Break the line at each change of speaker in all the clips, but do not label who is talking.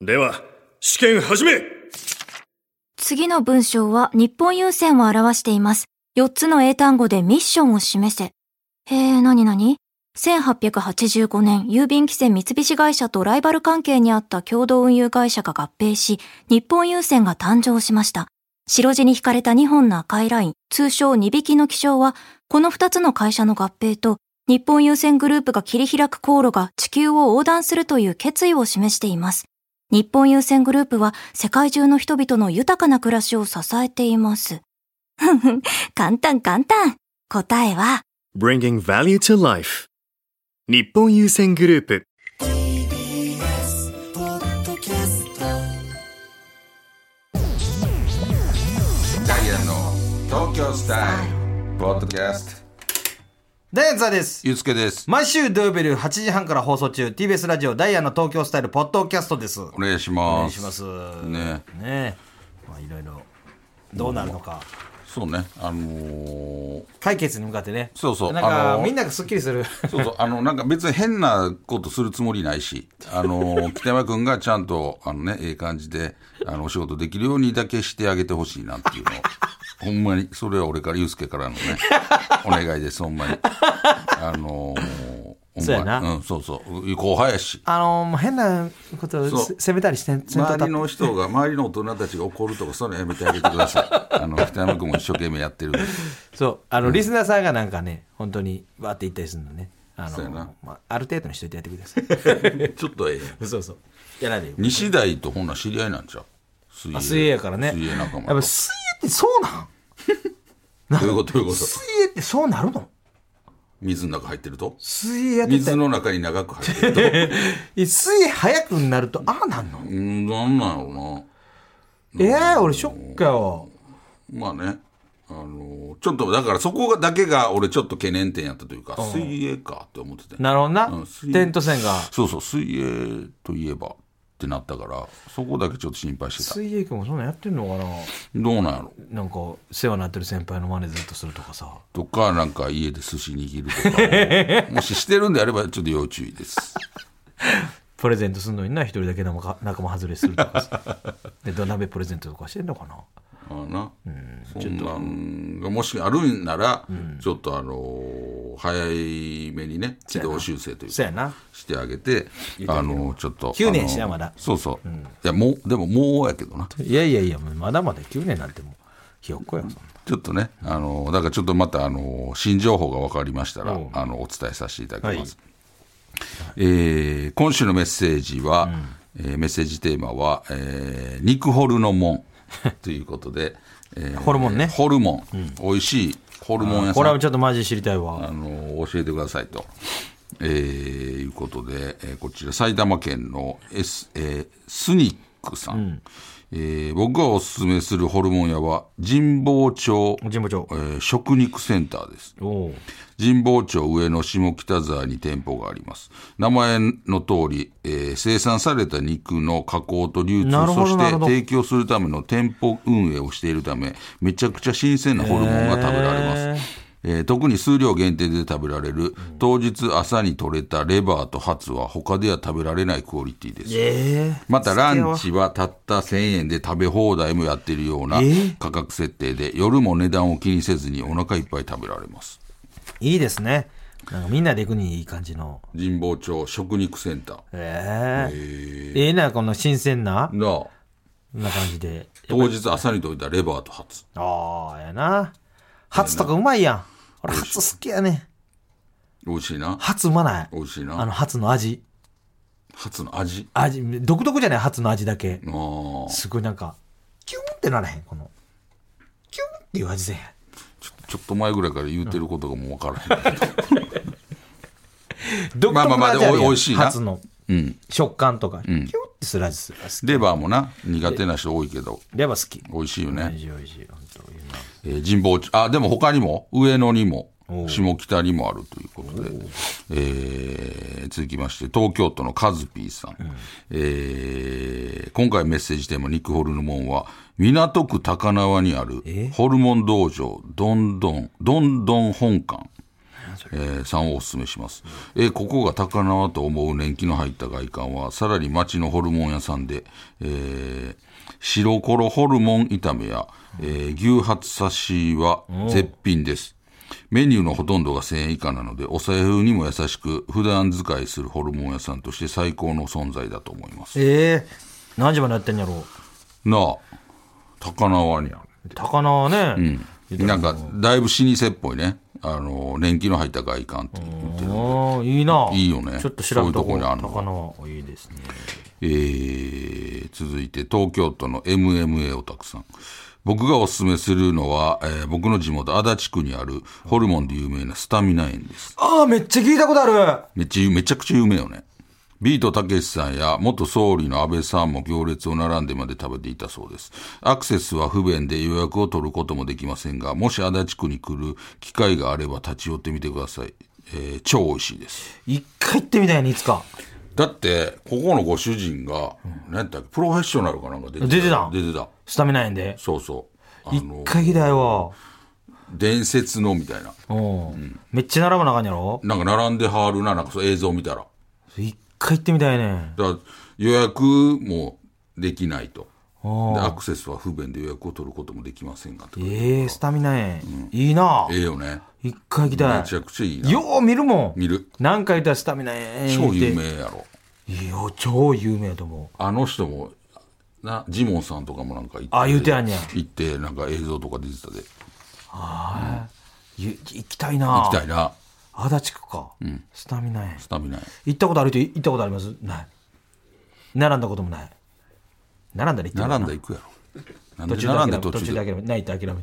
では、試験始め
次の文章は日本郵船を表しています。4つの英単語でミッションを示せ。へえ、なになに ?1885 年、郵便規制三菱会社とライバル関係にあった共同運輸会社が合併し、日本郵船が誕生しました。白地に引かれた2本の赤いライン、通称2匹の気象は、この2つの会社の合併と、日本郵船グループが切り開く航路が地球を横断するという決意を示しています。日本郵船グループは世界中の人々の豊かな暮らしを支えています。ふんふん、簡単簡単。答えは、
!Bringing Value to Life 日本優先グループ
TBS ポッドキャスト
ダイアンの東京スタイルポッドキャスト
ダイアンツァです。
ゆうすけです
毎週土曜日夜8時半から放送中、TBS ラジオダイアンの東京スタイルポッドキャストです。お
お願いします
願いします。
ね
ねえ。まあいろいろ、どうなるのか。
そうねあのー
解決に向かってね。
そうそう
なんか、
あのー
みんながすっきりする。
そうそうあのなんか別に変なことするつもりないしあ のー北山君がちゃんとあのねええ感じであのお仕事できるようにだけしてあげてほしいなっていうのをほんまにそれは俺からゆうすけからの ねお願いですほんまにあのーほんま
そうやな
うん、そうそう後輩やし
あのー、もう変なことを
そう
せ責めたりして、せんと
周
た
りの人が周りの大人たちが怒るとかそういうのやめてあげてくださ いあの北山君も一生懸命やってるんで
そう、あの、リスナーさんがなんかね、本当に、わーって言ったりするのね。あの
そうやな
ー、まあ、ある程度にしといてやってく ださい。
ちょっとええやん
そうそう。やらないでよ。
西大とほんなら知り合いなんちゃう水泳
あ水泳やからね。
水泳仲間
やっぱ水泳ってそうなん
どういうことどういうこと
水泳ってそうなるの
水の中入ってると
水泳やってた
水
ら
の中に長く入 ってると
え水泳早くなるとああなんの
うんなんなんやろ
ええ俺ショックやわ
なまあねあのーちょっとだからそこがだけが俺ちょっと懸念点やったというか水泳かって思ってて
なるほどな、
うん水泳
テント船が
そうそう水泳といえばってなったからそこだけちょっと心配してた
水泳君もそんなんやってんのかな
どうなんやろ
なんか世話になってる先輩の真似ずっとするとかさ
とか、なんか家で寿司握るとかを、もししてるんであればちょっと要注意です。
プレゼントするのにな一人だけ仲間仲間外れするとかさ で土鍋プレゼントとかしてんのかな
ああな。そんなんがもしあるんなら、ちょっとあのー早めにね、軌道修正という
そうや
か、
な
してあげて、あのーちょっと。
9年
あのー
しなまだ
そうそう。いや、もう、でももうやけどな。
いやいやいやもうまだまだ9年なんてもうひよっこやそんな
ちょっとね、あのーだからちょっとまた、あのー新情報が分かりましたら、あのお伝えさせていただきます。えー今週のメッセージは、えーメッセージテーマは、えー肉ホルノモンということで、えー
ホルモンね
ホルモン、美味しいホルモン屋さ
こ
ん
れはちょっとマジで知りたいわ
あの教えてくださいと、えーいうことで、えーこちら埼玉県の、S えースニックさん、えー僕がおすすめするホルモン屋は神保町
神保町
えー食肉センターです
おおう
神保町上野下北沢に店舗があります名前の通り、えー生産された肉の加工と流通
なるほ
そ
ど
して
なるほど
提供するための店舗運営をしているためめちゃくちゃ新鮮なホルモンが食べられます、えー特に数量限定で食べられる、当日朝に採れたレバーとハツは他では食べられないクオリティです、
ええ
またランチはたった1000円で食べ放題もやってるような
え
価格設定で、夜も値段を気にせずにお腹いっぱい食べられます
いいですねなんかみんなで行くにいい感じの
神保町食肉センター
ええええな、この新鮮
なあ
な、こんな感じで。
当日朝にといたレバーとハツ
ああ、やな。ハツとかうまいやん。俺、ハツ好きやね。
美味しいな
ハツうまない。
美味しい
あの、
な
ハツの味。
ハツの味
味、独特じゃないハツの味だけ。
あー
すごいなんか、キュンってならへん、この。キュンっていう味せえへん。
ちょちょっと前ぐらいから言うてることがもう分から へん
独特
まあまあまあ
な味あるやん
おいしいな
ハツの
うん
食感とか、キュンってする味する。好き
レバーもな苦手な人多いけど
レバー好き。
美味しいよ
おい
ね、
しいおいしい。本当いいな
えー神保町あでも他にも上野にも
おう
下北にもあるということで、えー続きまして東京都のカズピーさん、えー今回メッセージテーマ「肉ホルモン」は港区高輪にあるホルモン道場どんどんどんどん本館
それ
えー3をお勧めします、えーここが高輪と思う年季の入った外観はさらに町のホルモン屋さんで、えー白コロホルモン炒めや、えー牛ハツ刺しは絶品ですメニューのほとんどが1000円以下なのでお財布にも優しく普段使いするホルモン屋さんとして最高の存在だと思います
えー、何時までやってんやろう
なあ高輪にある
高菜はね、
なんかだいぶ老舗っぽいねあの年季の入った外観って言ってる
ああいいないい
いよね
ちょっと調べと
そう
こ
いううとこにあるの
高菜はいいですね
えー続いて東京都の MMA オタクさん僕がおすすめするのは、えー僕の地元足立区にあるホルモンで有名なスタミナ園です
ああめっちゃ聞いたことあ
めっちゃめちゃくちゃ有名よねビートたけしさんや元総理の安倍さんも行列を並んでまで食べていたそうですアクセスは不便で予約を取ることもできませんがもし足立区に来る機会があれば立ち寄ってみてください、えー超美味しいです
る一回行ってみたいねいつか
だってここのご主人が、何やったっけプロフェッショナルかなんか出て
出てた
出てた
スタミナ園で
そうそうあ
一
の
回行きたいわ
伝説のみたいな
うん、めっちゃ並ぶなあかんやろ
なんか並んではるななんかそう映像見たら
一回行ってみたいね
だから予約もできないと
ー
でアクセスは不便で予約を取ることもできませんがとか
ええスタミナ園、いいな
ええよね
一回行きた
め
い
ちゃくちゃいいな
よう見るもん
見る
何回言ったらスタミナ園行
超
って
有名やろ
いや超有名だと思う
あの人もなジモンさんとかもなんか行って
あ言うてやんねや
行ってなんか映像とか出てたで
ゆ行きたいな
行きたいな
足立区か、スタミナ園
スタミナ
行ったことある人行ったことありますない並んだこともない並んだら行ってみよう
並んだ
な
ら行くやろなん
途
で
中で諦
並ん
め
で途
途
中
中で
で
諦めないって諦めて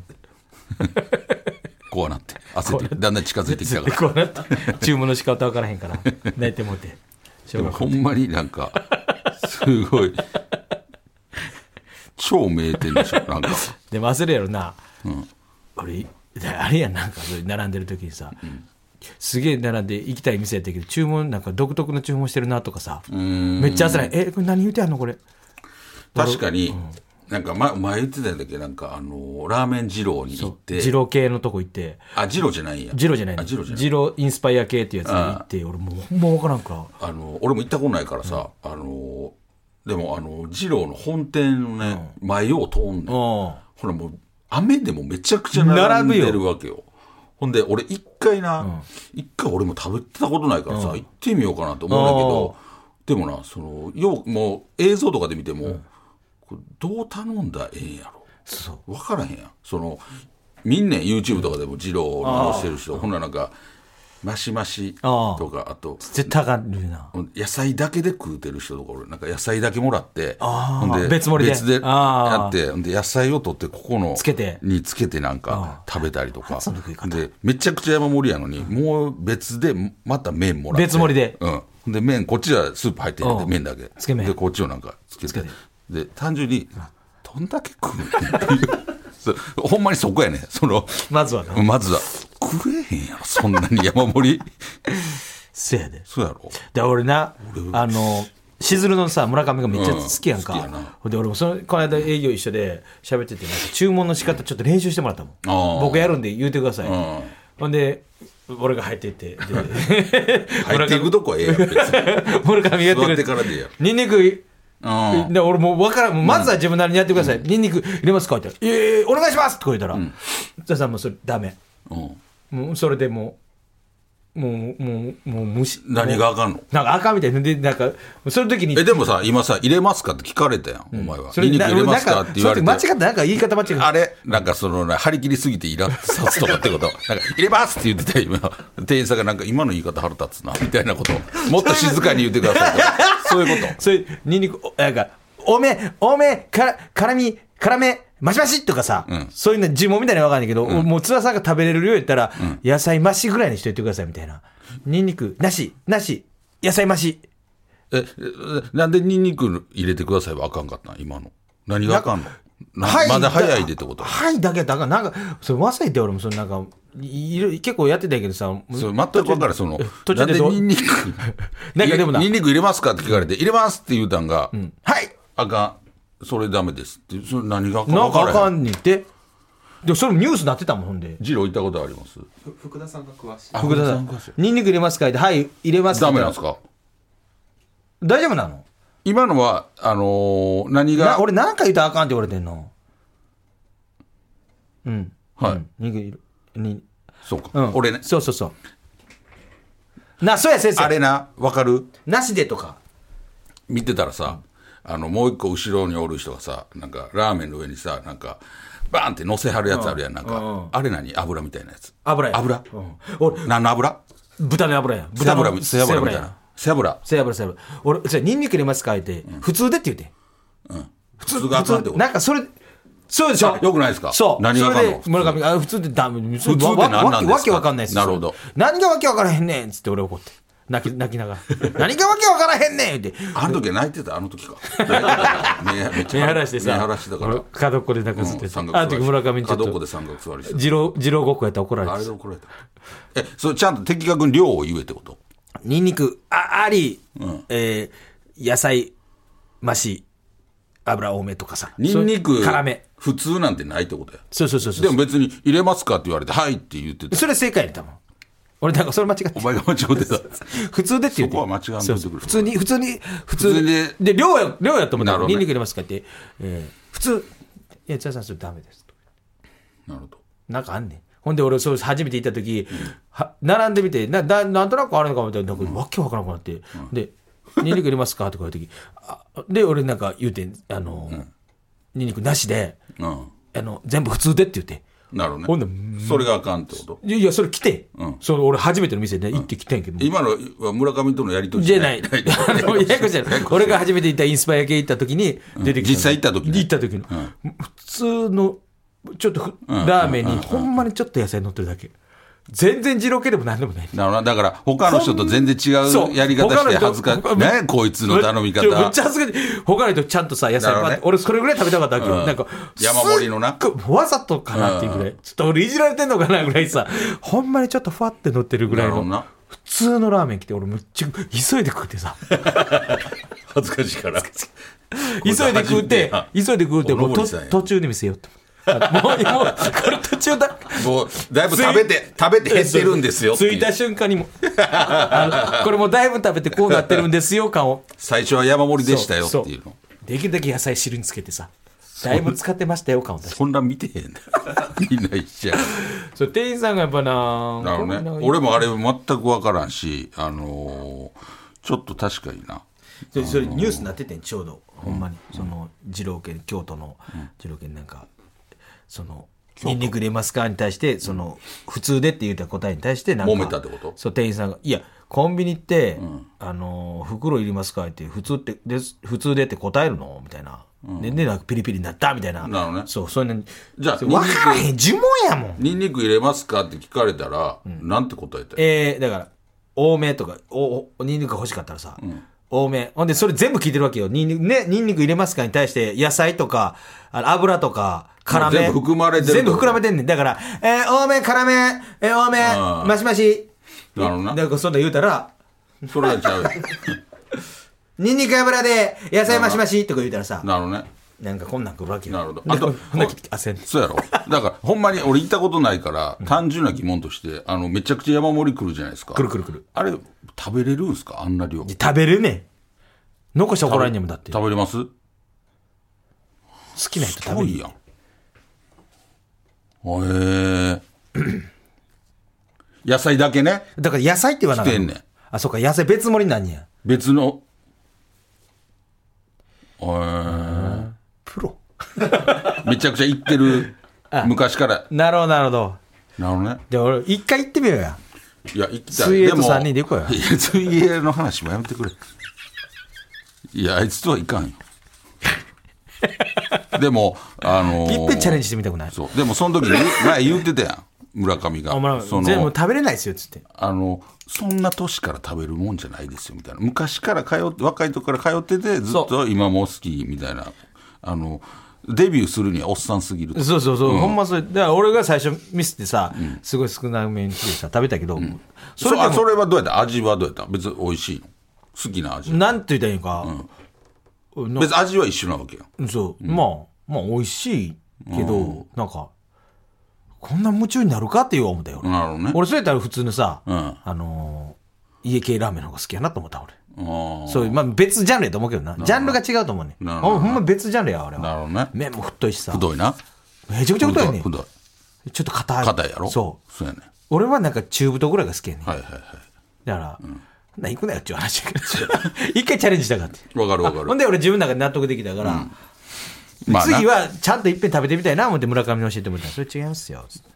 こうなって焦ってだんだん近づいてきたから
こうなって注文の仕方分からへんから泣いてもうて小
でも
学校
ほんまになんか、すごい、超名店でしょ、なんか。
でも焦るやろな、俺あれやんなんかそれ並んでる時にさ、すげえ並んで行きたい店やったけど注文なんか独特の注文してるなとかさめっちゃ焦らへんえこれ何言うてやんのこれ
確かに、なんか前前言ってたんだっけなんかあのーラーメン二郎に行って、
二郎系のとこ行って
あ、二郎じゃないんや。
ジロじゃない
あ、
の
二郎じゃない。
ジロインスパイア系っていうやつに行って俺もうほんま分からんから
あのー俺も行ったことないからさ、あのーでもあのー二郎の本店のね、前を通んねん。
う
ほらもう、雨でもめちゃくちゃ並んでるわけよ。ほんで、俺一回な、一、回俺も食べてたことないからさ、行ってみようかなと思うんだけど、でもな、その、よう、もう映像とかで見ても、これどう頼んだらええんやろ。
そ
分からへんやん。その、みんな YouTube とかでも二郎を流してる人、ほんならなんか、マシマシとか、あと、
絶対あかんるな
野菜だけで食うてる人とか俺なんか野菜だけもらって
あー
ほん
別盛りで
別でや
あ
っ
ー
てほんで野菜を取ってここの
つけて
につけてなんか食べたりとか
その食い方
でめちゃくちゃ山盛りやのにもう別でまた麺もらって
別盛りで
うんほんで麺こっちはスープ入ってんねんで
うん
麺だけ
つけ麺
でこっちをなんかつけて
けて
で単純にどんだけ食うねんっていう そうほんまにそこやねんその
まずはな
まずは食えへんやろそんなに山盛り
せやで
そうやろ
で俺なあのしずるのさ村上がめっちゃ好きやんか、
うん好きやな
ほんで俺もそのこの間営業一緒で喋っててなんか注文の仕方ちょっと練習してもらったも
あー
ん僕やるんで言うてください、
ん
ほんで俺が入っていってで
入っていくとこはええやん別に
村上がやってく
座
れ
ってからでいいや
ニンニク
うん
で俺もう分からんもうまずは自分なりにやってください、ニンニク入れますかって言ったら「ええお願いします!」って言ったら「じゃあさもうそれダメ
うん
もうそれでもうもうもうもう無視
何があかんの
なんか赤みたいなでなんかその時に
えでもさ今さ入れますかって聞かれたやん、お前は
そ
ニ
れ
ンニク
な
入れますかって言われて
なんかその時間違ったなんか言い方間違った
あれなんかそのね張り切りすぎてイラッとさすとかって ことなんか入れますって言ってたよ今店員さんがなんか今の言い方腹立つなみたいなこともっと静かに言ってくださいとかそういうこと
それニンニクおなんか多め多めから辛み辛めマシマシとかさ、
ん
そういうの呪文みたいなの分かんないけど、もう津田さんが食べれる量やったら、野菜マシぐらいにしといてくださいみたいなニンニクなしなし野菜マシ
ええなんでニンニク入れてくださいはあかんかったん今の何があかんのな
はい
まだ早いでってこと
はいだけだからなんかそれ忘れて俺もそのなんかいいろいろ結構やってたけどさ
それ全く分からんその
途
なん
中で
で
どう
ニンニク
なんかでもな
ニンニク入れますかって聞かれて入れますって言うたんが、はいあかんそれダメですってそれ何があかん
なんかあ
分ら
か
へん
んねんってでもそれもニュースになってたもんほんで
ジロー行ったことあります
福田さんが詳しい
福田さんニンニク入れますかってはい入れます
ダメなんですか
大丈夫なの
今のは、あのー何
な
が、
俺何回言ったらあかんって言われてんのうん
はい
うんニンニク入れに
そうか、
うん
俺ね、
そうそうそうなそうや先生
あれな、わかる
なしでとか
見てたらさ、あの、もう一個後ろにおる人がさ、なんか、ラーメンの上にさ、なんか、バーンって乗せはるやつあるやん、なんか、
うんうん
あれ何油みたいなやつ。
油や
油、
うん俺
何の油
豚の油や
背
豚の
脂み、背脂みたいな。背脂。
背脂背脂俺それニンニク入れますかって普通でって言って
普通があかんってこと。
なんかそれそうでしょ
あ良くないですか
そう
何があかんの
それで村上あ普通ってダメ普
通って何なんですか
わけわかんないです
なるほど
何がわけわからへんねんっつって俺怒って泣き泣きなが ら何がわけわからへんねんって
あの時は泣いてた、あの時か。泣いてた目めっちゃ
目晴らしでさ
目晴らしだから。
角っこで泣くずって
うん
さ
三角
あの時村上にちょっ
角っことで三角座りしてた
二郎二郎ごっこやったら怒られ
あ
て
れで
さ
怒られた。え、それちゃんと的確に量を言えってこと
ニンニクああり
ん
えー野菜増し油多めとかさ
ニンニク
そう辛め
普通なんてないってことや。
そうそうそうそう
でも別に入れますかって言われて、はいって言ってた。
それ正解やったもん俺なんかそれ間違って
お前が間違ってた。
普通でって言
そ
って
こは間違わんといてくれ
そうそう普通に普通に普
通
通
で
でで量や量やと思った
なるほ
ら
どね
ニンニク入れますかって、えー普通「いや千田さんそれダメです」と
なるほど。
なんかあんねんほんで俺そう初めて行った時、は並んでみてなななんとなくあるのかみたいななんかわけわからなくなって、で「ニンニク入れますか?」とか言う時あで俺なんか言うてんあの、ニンニクなしで
う
あの全部普通でって言って。
ん。なるほ
ほ
ど
ん
ね。それがあかんってこと。
いやいや、それ来て、
うん
それ俺初めての店で、ね行ってきてんけど、
今のは村上とのやりとり
じゃない。 あの、ややこしい
ややこしい
俺が初めて行ったインスパイア系行った時に出てきた
実
の。
際行った時ね
行った時の。普通の、ちょっとふ、
ん
ラーメンに、ほんまにちょっと野菜乗ってるだけ。全然二郎系でも何でもない。
なるほどだから、他の人と全然違
そう
うやり方して恥ずか
他の人
ねこいつの頼み
めっちゃめっ
方。
ちゃ恥ずかしい。他の人ちゃんとさ、野
な
菜
るほど
パ
ね
ッて、俺それぐらい食べたかったわけ
う
よ。
ん
なんか、
山盛りのな
すっごいわざとかなっていうぐらい。ちょっと俺いじられてんのかなぐらいさ、ほんまにちょっとふわって乗ってるぐら
な
い
るほど
の
な。
普通のラーメン来て、俺むっちゃ急いで食っ てさ。
恥ずかしいから。
急いで食うて
こ、
急いで食うて、
おのぼ
もう
り
と
さんや
途中で見せようと思って。あもう、もう、これ途中だ。
もう、だいぶ食べて、食べて減ってるんですよって
着
い。
いうた瞬間にも、あのこれもうだいぶ食べてこうなってるんですよ、感を。
最初は山盛りでしたよっていう
そう
の。
できるだけ野菜汁につけてさ、だいぶ使ってましたよ、感 を出して。
そんな見てへんねみんな一緒やから。
そう、店員さんがやっぱな、
なるほどね。俺もあれ全く分からんし、あのーちょっと確かにな。
それそれニュースになっててんちょうどほんまに、その二郎系京都の二郎系なんかその「ニンニク入れますか?」に対してその普通でって言った答えに対してなんか
揉めたってこと
そう店員さんが「いやコンビニって、あの袋いりますか?」って「普通ってです普通で」って答えるのみたいな。ででなんかピリピリになったみたいな
なるほどね
そうそういうの
じゃあ
分からへん呪文やもん
ニンニク入れますかって聞かれたら、なんて答えたよ
えー、だから、多めとか、お、お、ニンニクが欲しかったらさ、多め。ほんで、それ全部聞いてるわけよ。ニンニク、ね、ニンニク入れますかに対して、野菜とか、あの油とか、
も
辛め。
う全部含まれてる
全部含まれてんねん。だから、えー、多め、辛め、えー、多め
あー、
マシマシ。
なるほどな
だから、そんなん言うたら、
それはちゃうよ
ニンニク油で、野菜マシマシとか言うたらさ、
なるほどね。
なんかこんなん来るわけよ。
なるほど。
あ
あ
と
と、、
ほんなら焦んねん
そうやろ。だから、ほんまに俺行ったことないから、単純な疑問として、あの、めちゃくちゃ山盛り来るじゃないですか。
くるくるくる。
あれ、食べれるんすかあんな量。食
食べるねん。残して怒られんねんもんだって。好
べれます
きな人
す
食
ご
べ
い
る。
やん。へえ。野菜だけね。
だから野菜って言わなあか
来てん
ん
ねん
あ、そうか、野菜別盛りになんねや。
別の。へえ。
プロ。
めちゃくちゃ行ってる。昔 から。
なるほど、なるほど。
なるほどね。
じゃあ俺、一回行ってみようや。
いや、行きたい。
水泳と
も
三人で行こうよ
いや、水泳の話もやめてくれ。いや、あいつとはい かんよ。でも、あのー
いっぺんチャレンジしてみたくない
そう。でも、その時に、前言ってたやん。村上が。
あ、まあ、
そ
全
の
部食べれないですよ、つって。
あの、そんな年から食べるもんじゃないですよ、みたいな。昔から通って、若い時から通ってて、ずっと今も好き、みたいな。あの、デビューするにはおっさんすぎると。
そうそうそう、ほんまそれ。だから俺が最初ミスってさ、すごい少なめにしてさ、食べたけど、そ
そ
れ
れ
で
あそ
も、
れはどうやった味はどうやった別に美味しいの好きな味。
なんて言ったらいいのか、な
別に味は一緒なわけよ。
そう、まあ、まあ、美味しいけど、なんか、こんな夢中になるかってよう思ったよ、俺
なるほどね。
俺そうやったら普通のさ、
うん
あのー家系ラーメンの方が好きやなと思った俺
ああ
そういうまあ別ジャンルやと思うけどなジャンルが違うと思うねん
なる
あ
ほど
ほんま別ジャンルや俺
なる
は
ほどね。
麺も太いしさ
太いな。
めちゃくちゃ太いねん
太い。
ちょっと硬い
硬いやろ
そう
そうやね。
俺はなんか中太ぐらいが好きやねん
はいはいは
だから、な行くなよっていう話やけど一回チャレンジしたかって
い。わかるわか
ほん
る。
で俺自分の中で納得できたから、
まあな
次はちゃんといっぺん食べてみたいな思って村上に教えてもらったそれ違いますよつって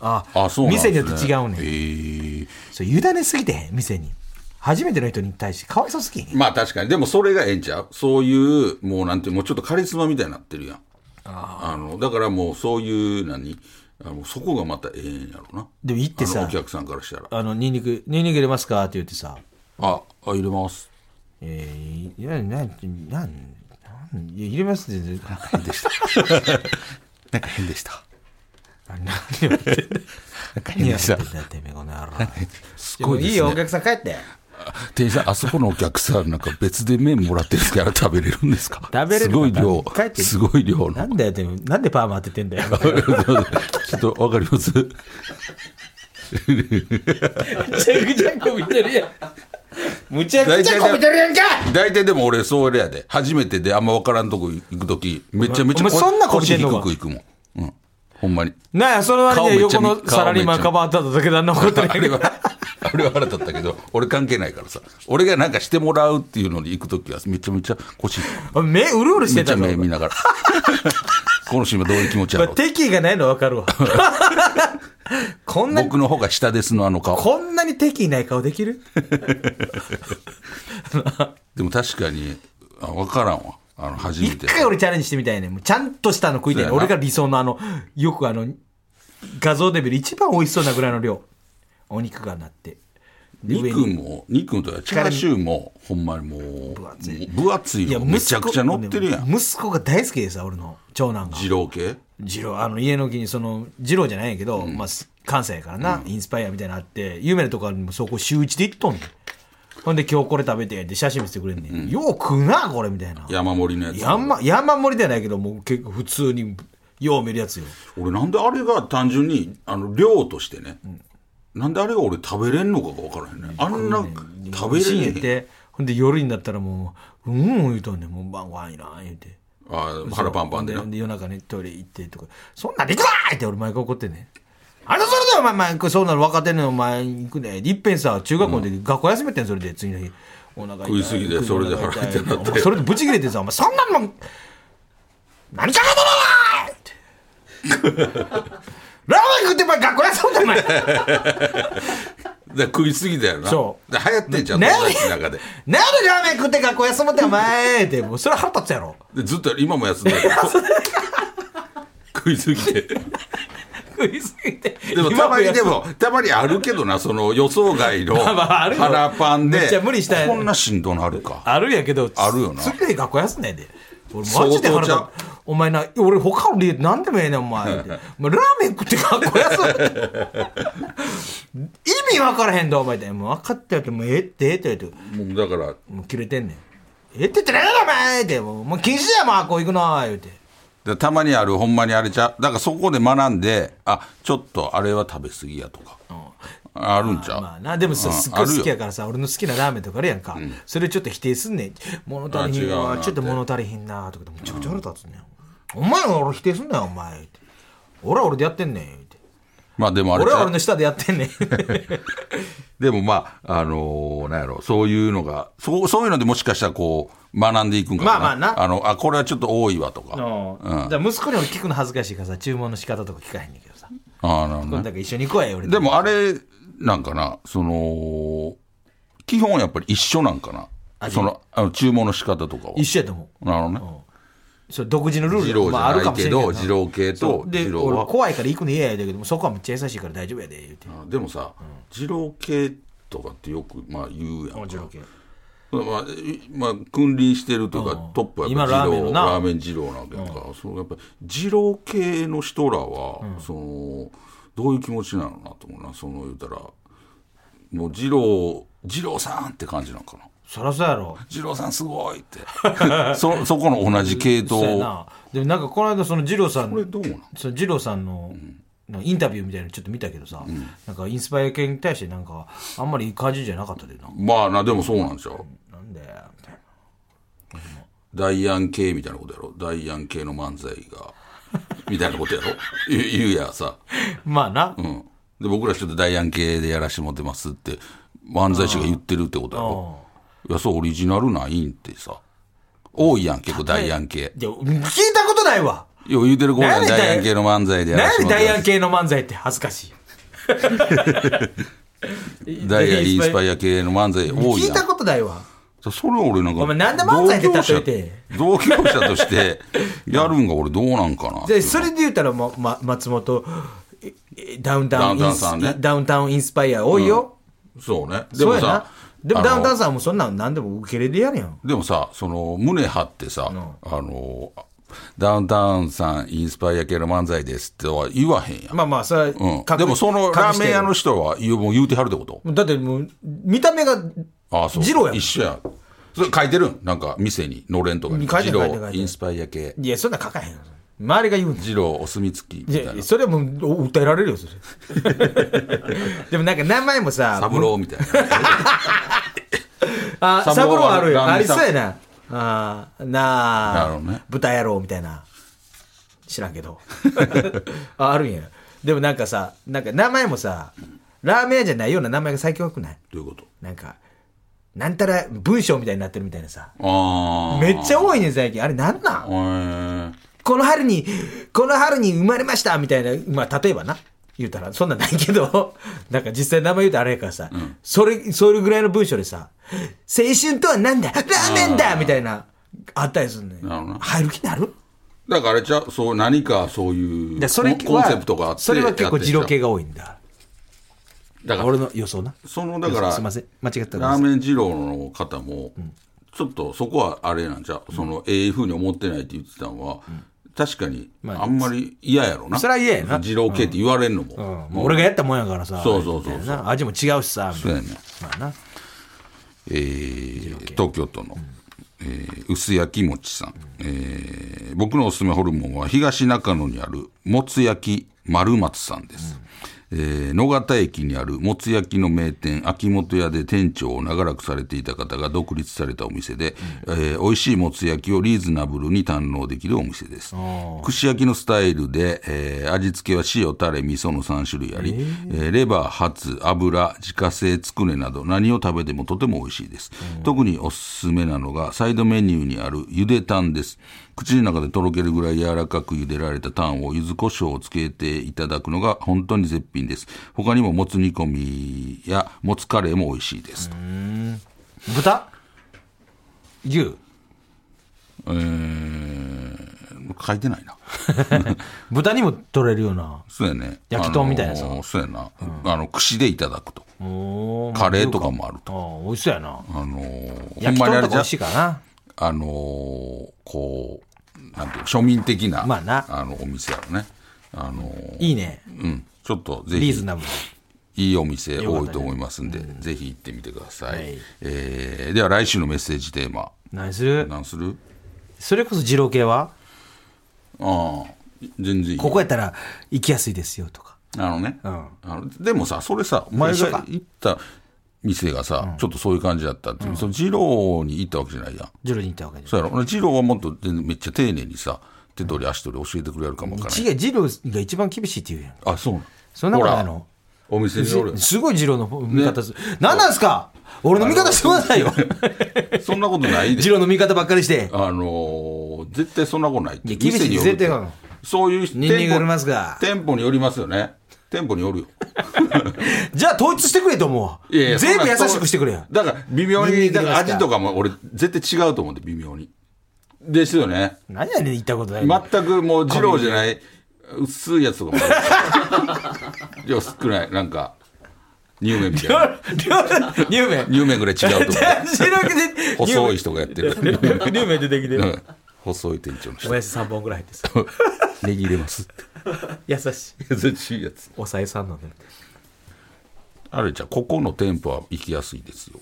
あ
あ、そうなんですね
店によって違うねん
へえ
それ委ねすぎてへん店に初めての人に対してかわいそうすぎへん
まあ確かに。でもそれがええんちゃうそういう、もうなんていう、もうちょっとカリスマみたいになってるやん。あの、だからもうそういう、何あのそこがまたええんやろな。
でも行って
あの
さ
お客さんからしたら。
あのニンニクニンニク入れますかって言ってさ
あ、あ入れます。
えー、いやなんなんなんいや入れますってなんか変でした
なんか変でした。
何言ってんだ何やってんだてめえこの野郎すごい,、いいよお客さん帰って
店員さん、あそこのお客さん、なんか別で麺もらってるから食べれるんですか
食べれる
すごい量
帰っ。て
すごい量
な
の。
んだよてめえなんでパーマ当ててんだよ
ちょっとわかります
ちゃくちゃこびてるやんむちゃ
大
くち
体
ゃこびてるやんか
大体でも俺、それやで。初めてであんまわからんとこ行くとき、めちゃめちゃ
お前そんなこびて
腰
んのか
低く行くもん。うん。ほんまに。
なやその割には横のサラリーマン
顔
かばっただけだな怒ってる
あれは、 あれは腹立ったけど、俺関係ないからさ。俺がなんかしてもらうっていうのに行くときは、めちゃめちゃ腰低く、
目うるうるし
め
て
っちゃ
たの
目見なが ら。この人今どういう気持ちや
まあ
ろう。
敵意がないの分かるわこんなに
僕の方が下ですの、あの顔。
こんなに敵意ない顔できる
でも確かに、あ分からんわ。あの、初め
一
て。
回俺チャレンジしてみたいねもうちゃんとしたの食いたいね
そうや
俺
な
が理想のあのよくあの画像で見る一番美味しそうなぐらいの量お肉がなってで上
肉
に
も、肉とかチャーシューも、ほんまにもう、分厚い。分厚いよ。めちゃくちゃ乗ってるやん。
息子が大好きでさ俺の長男が
二郎系
二郎あの家の木にその二郎じゃないんやけど、まあ、す関西やからな、インスパイアみたいなのあって有名なとこにもそこ週一で行っとんねんほんで今日これ食べてって写真見せてくれんねん、よう食うなこれみたいな
山盛りのやつ。
山山盛りではないけどもう結構普通によう見るやつよ
俺なんであれが単純に、あの、量としてね、なんであれが俺食べれんのかが分からへんね。あんな食べ
深
れ
夜
ん
っ
ねん。
てほんで夜になったらもううんうん言うとんねんもう晩ご飯いらん言うて
あ腹パンパンでな
ほんで夜中にトイレ行ってとかそんなんで行くなって俺毎回怒ってんねんあれそれだよお前前これそうなの分かってんのお前行くねいっぺんさ中学校の時学校休めてんそれで次の日お腹痛
食いすぎてそれで腹痛くなって
お前それでブチ切れてさお前そんなのもん何考えて んのお前ってラーメン食ってお前学校休んでお前
だから食いすぎだよな。
そう
で流行ってんじゃん、
ね
友達の中で。
なんでラーメン食って学校休むってお前って、もうそれ腹立つやろ。
でずっと今も休んで る。食いすぎて。
食いすぎて。
でもたまにでも、たまにあるけどな、その予想外の
まあまああるよ
腹パンで、
めっちゃ無理したやん
こんなしんどなるか。
あるんやけど、
あるよな
次の日学校休んないで。俺マジで腹
相
立
当
つ。お前な、俺他の理由何でもええねん、お前。 ってお前ラーメン食って学校休むって。 意味分からへんだ、お前って。もう分かったよって、もうええって、ええって、ええって。
もうだから、
もう切れてんねん。ええって言ってないお前って。もうもう禁止だよ、もう学校行くな、言うて。
でたまにある、ほんまにあれちゃう。だからそこで学んで、あ、ちょっとあれは食べ過ぎやとか。あるんちゃう、
まあな、でもさ、
うん
すっごい
ある
好
よ
きやからさ、俺の好きなラーメンとかあるやんか。それをちょっと否定すんねん。物足りひ
あ違
ん
うな
わ
っ、て
ちょっと物足りひんな、とかでもめちゃくちゃ腹立つねん。お前は俺否定すんなよ、お前。って俺は俺でやってんねん。って
まあでもあれち
俺
ゃ
は
う
俺の下でやってんねん。
でもまあ、あのーなんやろ、そういうのが、そうそういうのでもしかしたらこう、学んでいくんかな。
まあまあな
あの、あ、これはちょっと多いわとか。
うんじゃあ息子に俺聞くの恥ずかしいからさ、注文の仕方とか聞かへんねんけどさ。
ああ、なるほどね
今度から一緒に行こうや、俺と
でもあれなんかな、その、基本やっぱり一緒なんかな。その、あの注文の仕方とかは。
一緒やと思う。
なるほどね。
それ独自のル
二
ール
郎じ
がまああ
ゃ
るか
ない
もしれ
け
んけど
ど、
な
二郎系と
そうで
二郎
俺
は。
怖いから行くの嫌やだけどもそこはめっちゃ優しいから大丈夫やで言うて
あでもさ、二郎系とかってよく、まあ言うやん
二郎
か。
系
まあ、えまあ、君臨してるというか、トップはやっぱ
今
二郎、
ラーメンのな
ラーメン二郎なわけやんか。そのやっぱ、二郎系の人らは、その、どういう気持ちなのなと思うな。その言うたら、もう二郎、二郎さんって感じなんかな。
そらそうやろ
二郎さんすごいって。 そ、そこの同じ系
そうや
統。
なでもなんかこの間その二郎さ
これ
ん
どうなん
その二郎さんのなんかインタビューみたいなのちょっと見たけどさ、なんかインスパイア系に対してなんかあんまりいい感じじゃなかったでな
まあなでもそうなんでしょ
なんでみたいな
ダイアン系みたいなことやろダイアン系の漫才がみたいなことやろ 言う言うやさ、
まあな、
うん、で僕らちょっとダイアン系でやらしてもらってますって漫才師が言ってるってことやろいやそうオリジナルないんってさ多いやん結構ダイアン系
で聞いたことないわ
よう言うてる子もやん
なんで
ダイアン系の漫才でやら
なん
して
で
もらってま
ダイア
す
ン系の漫才って恥ずかしい
ダイアンインスパ
イ
イア系の漫才多い
聞い
やん
たことないわ
それは俺なんか
お前なんで漫才で例えて
同業者同業者と してやるんが俺どうなんかなってい
で
う
それで言ったら、まま、松本ええダウンタウンインス
ダウンタウンさんね
ダウンタウンインスパイア多いよ、
そうねで
そう
も
やな
さ
でも
あの
ダウンタウンさんもそんなん何でも受け入れてやるやん
でもさその胸張ってさ、あのダウンタウンさんインスパイア系の漫才ですっては言わへんやん、
まあまあそれは
うん、
隠
でもその
隠
ラー
して
メン
る
屋の人は言うもう言うてはるってこと
だってもう見た目が
ああそう
二郎やもん
一緒やんそれ書いてるんなんか店にのれんとかに
書い
二
てる書いてる書
郎
いてる
インスパイア系
いやそんなん書かへんよ周りが言うんだ
二郎お墨付きみたい
い
な
やそれはもうお訴えられるよそれ でもなんか名前もさ
サブローみたいな
あサ
サ
ブ
ブ
ロ
ロ
ー
ー
あるよ
ラー
あ
メ
り
ンさん
そうやなあーなあ
なるほどね
豚野郎みたいな知らんけど ああるんやでもなんかさなんか名前もさラーメン屋じゃないような名前が最強くない
どういうこと
なんかなんたら文章みたいになってるみたいなさ
ああ
めっちゃ多いねん最近あれなんなんこの春に、この春に生まれましたみたいな、まあ、例えばな、言うたら、そんなんないけど、 なんか実際名前言うとあれやからさ、それ、それぐらいの文章でさ、青春とはなんだラーメンだみたいな、あったりするね
なるほどな
入る気になる
だからあれちゃうそう何かそういう
でそれは
コンセプトがあって
それは結構二郎系
が
が多いんだ。
だから
俺の予想な。
そのだから
すいません。間違ったら
ラ
ごめ
ーメ
んなさい
ン二郎の方も、ちょっとそこはあれなんじゃうその、ええふうに思ってないって言ってたのは、確かに、
まあ
あんまり嫌やろな。
それは嫌やな
二郎系って言われるのも。
うんもう俺がやったもんやからさ。
そうそうそうそう
みたいなな味も違うしさ、みた
そ
いうな
やね。
まあな。
えー東京都の、えー薄焼きもちさん、えー僕のおすすめホルモンは東中野にあるもつ焼き丸松さんです、えー野方駅にあるもつ焼きの名店秋元屋で店長を長らくされていた方が独立されたお店で、えー美味しいもつ焼きをリーズナブルに堪能できるお店です串焼きのスタイルで、えー味付けは塩タレ味噌の3種類あり、えーレバーハツ油自家製つくねなど何を食べてもとても美味しいです、特におすすめなのがサイドメニューにあるゆでタンです口の中でとろけるぐらい柔らかく茹でられたタンを柚子胡椒をつけていただくのが本当に絶品です他にももつ煮込みやもつカレーも美味しいですと
豚牛
えー書いてないな
豚にも取れるような。
そうやね
焼き豚みたいなさ
あのーそうやな、あの串でいただくと
おー
カレーとかもあると
ああ、美味しそうやな。
あのー
焼き
ほんまにあ
豚と
れ
か
じ
美
ゃ
味しいからな。
あのーこう、なんていうの庶民的な、
まあな
の、お店やろね。あのー
いいね。
うん。ちょっと、ぜ
リーズ
ひ、
ナブル。
いいお店多いと思いますんで、ぜひ行ってみてください。えーでは、来週のメッセージテーマ、
何する
何する
それこそ二郎系は
ああ、全然いいよ。
ここやったら行きやすいですよとか。
あのね、
ん
あのでもさそれさ前
一緒
が
か
行った店がさ、ちょっとそういう感じだったっていう、その二郎に行ったわけじゃないやん
二郎に行ったわけじゃ
そうやろ二郎はもっと全然めっちゃ丁寧にさ手取り足取り教えてくれるかもわからない
ん。違う、二郎が一番厳しいって言うやん。
あ、そうなん。
そんなこと
ほ
な
ら
いの
お店にお る。
すごい二郎の味方する。何なんすか俺の味方してくださいよ。
そんなことない
二
で。
郎の味方ばっかりして。
あのー絶対そんなことないって。
いや厳し
店
い
によるって
絶対なの
そういう
ニンニク売りますが
店舗によりますよね。店舗によるよ。
じゃあ統一してくれと思うわ。
いやいや
全
そ
部
んな
優しくしてくれや。
だから、微妙
ニンニ
に、
ク入
だ
れ
か
ます
ら
か
味とかも俺、絶対違うと思うんで、微妙に。ですよね。
何やねん言ったことない。
全くもう、二郎じゃない、薄いやつ とかもある。量少ない。なんか、乳麺みたいな。
両方リュウメン。
乳麺ぐらい違 うと思う。
二郎系で
細い人がやってる。
リュウメン出てきて
う。ん細い店長の人
お。やじ3本ぐらい入ってさ。
ネギ入れます。
優しい。
優しいやつ。
おさえさんのね。
あれじゃあここの店舗は行きやすいです よ。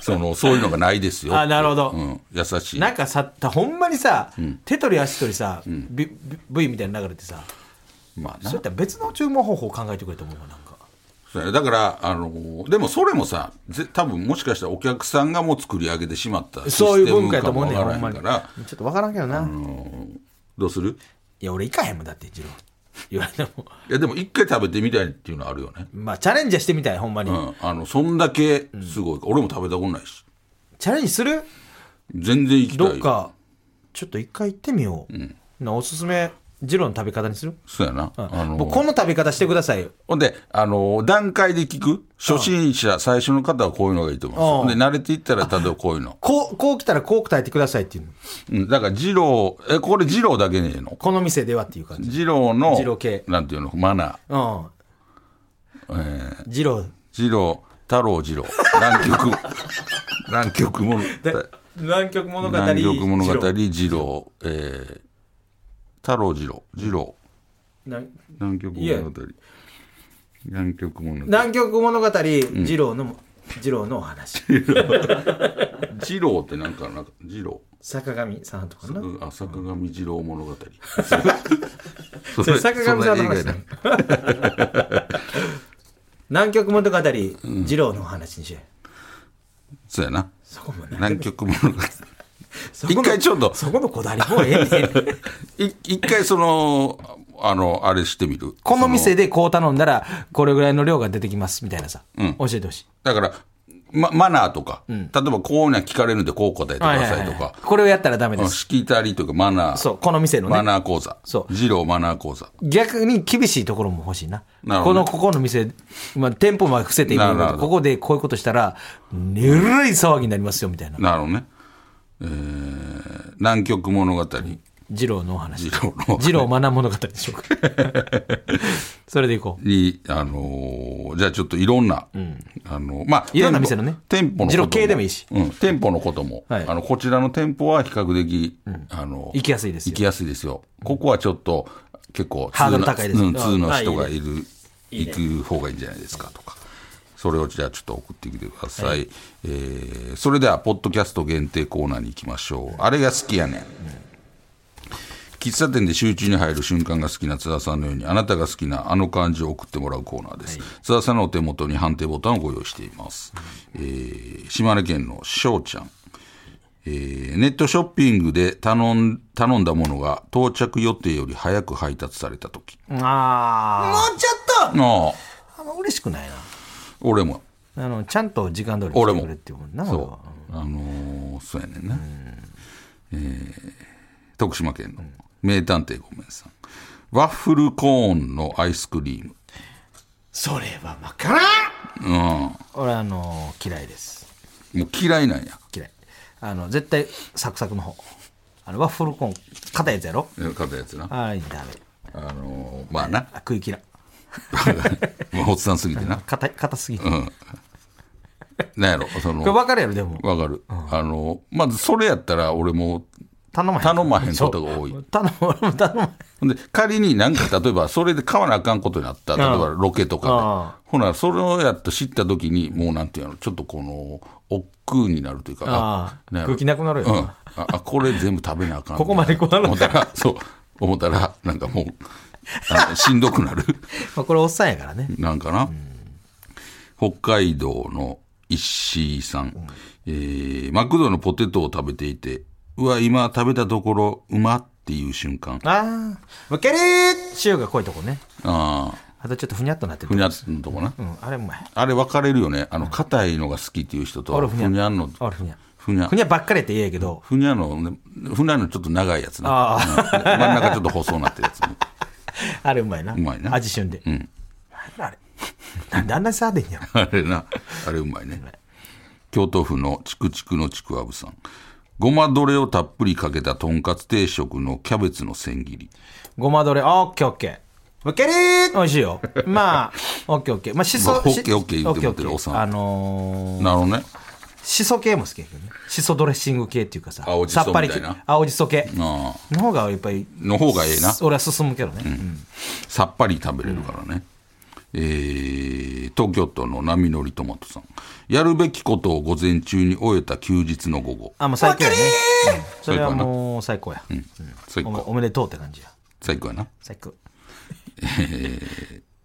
そのそういうのがないですよ。
あなるほど
うん、優しい。
なんかさ、ほんまにさ、手取り足取りさ、ブイみたいな流れてさ、
まあな
そういったら別の注文方法を考えてくれと思うわなんか
そうやねだから、あのーでもそれもさぜ多分もしかしたらお客さんがもう作り上げてしまったシ
そう
ス
いう
テム
文化
か
やと
も
思う
わ
ね
からへ
んほん
ん
ま
か
に
ら、
ちょっと分からんけどな、い
どうする
や俺行かへんもんだって一郎言われても
いやでも一回食べてみたいっていうのはあるよね、
まあチャレンジはしてみたいほんまに、
うん、あのそんだけすごい、俺も食べたことないし
チャレンジする
全然行きたい
どっかちょっと一回行ってみよう、なおすすめ二郎の食べ方にする、
そうやな、
うん
あのー
もうこの食べ方してくださいよ
ほんで、あのー段階で聞く初心者、最初の方はこういうのがいいと思うんですよで慣れていったら例えばこういうの、
こうこう来たらこう答えてくださいっていうの
うん、だから二郎えこれ二郎だけねえの
この店ではっていう感じ
二郎の
二郎系
なんていうのマナー
うん二郎
二郎、太郎二郎、南 極、南極物語、
南極物語
南極物語、
二郎
二郎、えー、太郎二郎、二郎、
な
南極
いや
物語、南極物語、
南極物語二郎の、二郎のお話
二郎ってなんか、なんか、二郎、
坂上さんとかな
うんあ、坂上二郎物語。 そ
それ坂上さんの
そ
話
映画
だ
やな
南極物語二郎のお話にしよう
そうやな。
そこもな
南極物語。
そこ
一
の
回ちょっと、
そこのこだわりもうええねん
い一回その、あの、あれしてみる。
この
そ
店でこう頼んだらこれぐらいの量が出てきますみたいなさ、
ん
教えてほしい
だから、ま、マナーとか、例えばこういうのは聞かれるんでこう答えてくださいとか、
これをやったらダメ
あの
です
しきたりというかマナー、
そうこの店のね
マナー講座、
そう
二郎マナー講座。
逆に厳しいところも欲しいな。
なるほ
こ
ど
の、ここの店、まあ、店舗も伏せているけ
なるほ
ど、
ど
ここでこういうことしたら、ぬるい騒ぎになりますよ、みたいな。
なるほどね。えー、南極物語、
二郎のお話。
二郎の
二郎学物語でしょ うか。それでいこう。
に、あのーじゃあちょっといろんな、あのまあ、
いろんな
店
店のね
店舗のことも
二郎系でもいいし
うん、店舗のことも、
はい
あの、こちらの店舗は比較的、あの、
行きやすいですよ
行きやすいですよ。ここはちょっと、結構、
ハードル高いです
う
よ
ん、通の人が
あい
いる、行く方がいいんじゃないですかとか。それをじゃあちょっと送ってきてください。えーそれでは、ポッドキャスト限定コーナーに行きましょう。あれが好きやねん。喫茶店で集中に入る瞬間が好きな津田さんのようにあなたが好きなあの漢字を送ってもらうコーナーです、津田さんのお手元に判定ボタンをご用意しています、えー島根県のしょうちゃん、えーネットショッピングで頼ん頼んだものが到着予定より早く配達された時
あ
もうちょっと
ああ
あんま嬉しくないな。
俺も
あの、ちゃんと時間通りに
俺
来て
も
くれって思うな、俺は
そ。うあのーそうやねんな、えー徳島県の名探偵ごめんさんワッフルコーンのアイスクリーム
それはわからん俺、あの、嫌いです。
もう嫌いなんや
嫌い。あの、絶対、サクサクの方。あの、ワッフルコーン、硬いやつやろ
買ったやつな。
ああ、ダメ。
あのーまあな。
あ食い嫌い。
まあおっさんすぎてな。
硬い、硬すぎる。
なんやろ、その、
これ
わ
分かるやろでも
かる。あのーまずそれやったら俺も、
頼まへん
頼まへんことが多い
そう頼ま俺も頼まへん
ほんで、仮になんか、例えば、それで買わなあかんことになった。例えば、ロケとかで。ほな、それをやっと知った時に、もうなんていうの、ちょっとこの、億劫になるというか、
ああ
なんやろ
空気なくなるよ
う。
なん
あ、あこれ全部食べなあかん。
ここまで来なかった
思ったら、そう、思ったら、なんかもう、あのしんどくなる。
まあこれおっさんやからね
なんかな、北海道の石井さん、えーマクドのポテトを食べていてうわ今食べたところうまっていう瞬間あ
ああむける塩が濃いとこね
あ
あとちょっとふにゃっとなって
ーふ
る
にゃっのとこな、
うんあれうまい
あれ分かれるよねあの硬いのが好きっていう人と
俺
ふ
ふ
に
に
ゃ
ゃ
んの
あれふにゃ
ふにゃ
ふにゃばっかりやって言えやけど
ふにゃのねふにゃのちょっと長いやつな、
ああ
うん真ん中ちょっと細なってるやつね
あれうまいなう
まいな
味しゅんでうんあれなんであんなに差でんやろ
あれなあれうまいね京都府のチクチクのちくわぶさんごまどれをたっぷりかけたとんかつ定食のキャベツの千切り
ごまどれオッケーオッケーむける美味しいよまあオッケーオッケーまあしそ
まあ
し
オッケーオッケー言ってもってる
オッケーオッケー
おっさん
あのー
なるほどね。
しそ系も好きやけどねしそドレッシング系っていうかさ
青じそみたいな
さっぱり系青じそ系
ああ
の方がやっぱり
の方がええな。
俺は進むけどね、
さっぱり食べれるからね。えー東京都の波乗りトマトさん。やるべきことを午前中に終えた休日の午後。
あもう最高やね、うんそれは
最高やな
もう最高や、
最
おめ
高。
おめでとうって感じや
最高やな。
最高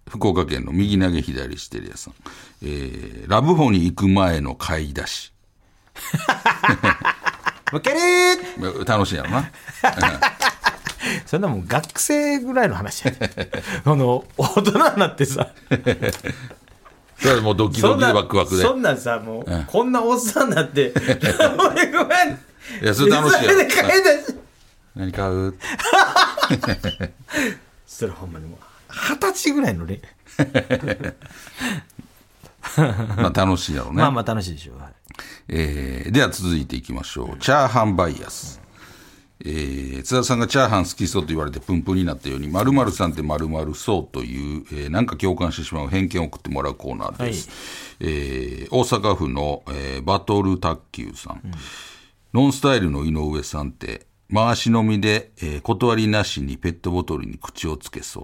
福岡県の右投げ左シテリアさん。えーラブホに行く前の買い出し。
負けるー
楽しいやろな。
そんなもん学生ぐらいの話や であの大人になってさ
それはもうドキド
そん
キで
な
ワクワクで。
そんなんさもう、こんなおっさんにな ってラブレごめん
いや、それ楽しいや ろ
それで買い出し
何買う
それほんまにもう二十歳ぐらいのね
まあ楽しいやろうね。
まあまあ楽しいでしょう、はい
えーでは続いていきましょう。チャーハンバイアス。えー津田さんがチャーハン好きそうと言われてプンプンになったように、〇〇さんって〇〇そうという、えーなんか共感してしまう偏見を送ってもらうコーナーです。えー大阪府の、えーバトル卓球さん。ノンスタイルの井上さんって、回し飲みで、えー断りなしにペットボトルに口をつけ そう。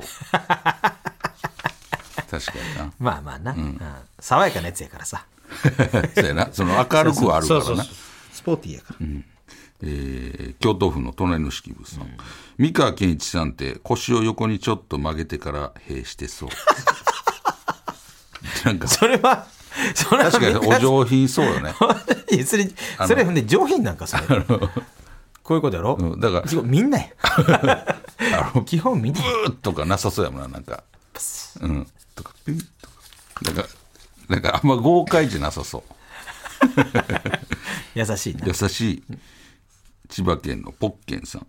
確かにな。
まあまあな、うん爽やかなやつやからさ
そうやな。その明るくはあるからな。
スポーティーやから、
えー京都府の隣の式部さん、三河健一さんって腰を横にちょっと曲げてから閉してそう なんか
それはそれは
確かにお
上
上品そうよね
品それそれほんで上品なんかそれこういうことやろ、
うんだから
すごいみんなや
あの
基本みんな
ブーッとかなさそうやもんななんかうんとかピュッとかなんかなんかあんま豪快じゃなさそう
優しいな
優しい千葉県のポッケンさん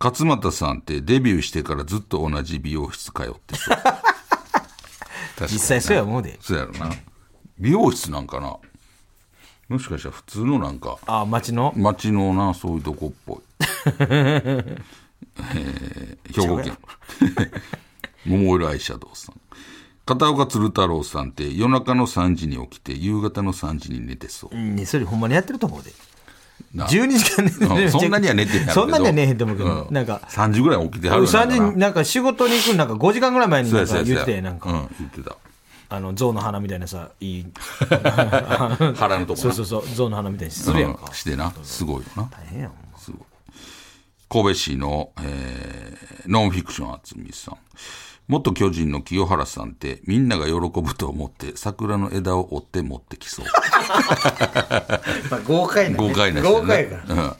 勝俣さんってデビューしてからずっと同じ美容室通ってそう確かに
実際そうや思うで
そうやろな美容室なんかなもしかしたら普通のなんか
ああ町の
町のなそういうとこっ ぽい、えー兵庫県桃色アイシャドウさん片岡鶴太郎さんって夜中の3時に起きて夕方の3時に寝てそう
うんそれほんまにやってると思うで
な
12時間寝て
う
る
んそんなには寝てへんやろうけど
そんなには寝へんと思うけど、
うん
なんか
3時ぐらい起きてはる
俺
よな
3時になんか仕事に行くなんか5時間ぐらい前に
そう
なん
やそう
か
やそう
言
や
ってたやんなんか、
うん言ってた
あの象の鼻みたいなさいい
腹のとこな
そうそうそう象の鼻みたいにするやんか、
うんしてなすごいよな
大変やんほんま
神戸市の、えーノンフィクション厚みさん元巨人の清原さんってみんなが喜ぶと思って桜の枝を折って持ってき そう
豪快な、
豪快な人やねうん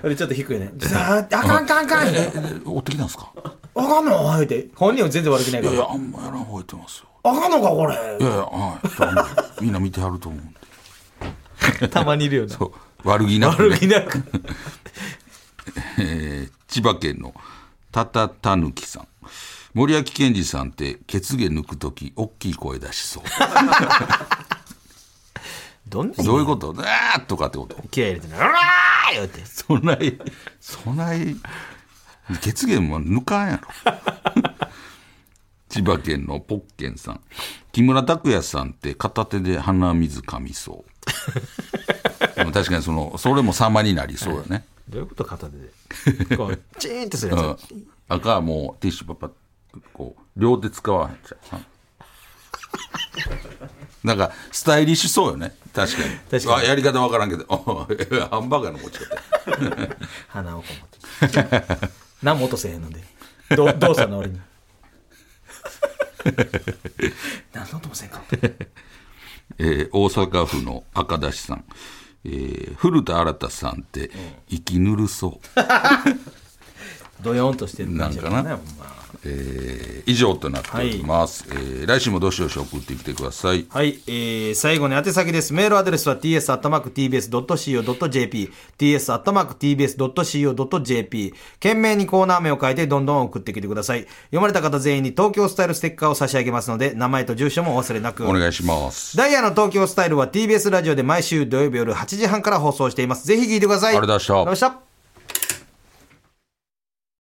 これちょっと低いねさああかんかんかん
え折ってきたんすか
あかんの言うて本人は全然悪くない
い
か
やいや
ら
あんまやらん覚えてますよ
あかんのかこれ
いやいやはい多分みんな見てはると思うんで
たまにいるよな
そう悪気なく、ね、
悪気なく
えー千葉県のたたたぬきさん森脇健児さんって血毛抜く時大きい声出しそう
どんな
どういうことあーとかってこと
気合い入れてんのうわー言うて
そないそない血毛も抜かんやろ 千葉県のポッケンさん木村拓哉さんって片手で鼻水かみそうでも確かにそのそれも様になりそうよね、
どういうこと片手でこうチーンってするやつ、
うん、赤はもうティッシュパパこう両手使わへんじゃんうんなんかスタイリッシュそうよね確かに
確かに
あやり方わからんけど あハンバーガーの持ち方
鼻をこう持って何も音せえへんのでどどうしたの俺 に何の音もせんかった
えー大阪府の赤出しさん、えー古田新太さんって息ぬるそう、
ドヨンとしてる感じやからね
なん
ほんま
えー以上となっております、えー来週もどしどし送ってきてください
はい、えー、最後に宛先です。メールアドレスは ts.tbs.co.jp、ts.tbs.co.jp、懸命にコーナー名を書いてどんどん送ってきてください。読まれた方全員に東京スタイルステッカーを差し上げますので、名前と住所もお忘れなく。
お願いします
ダイヤの東京スタイルは TBS ラジオで毎週土曜日夜8時半から放送しています。ぜひ聞いてください。
ありがとうございました
ありがとうございました。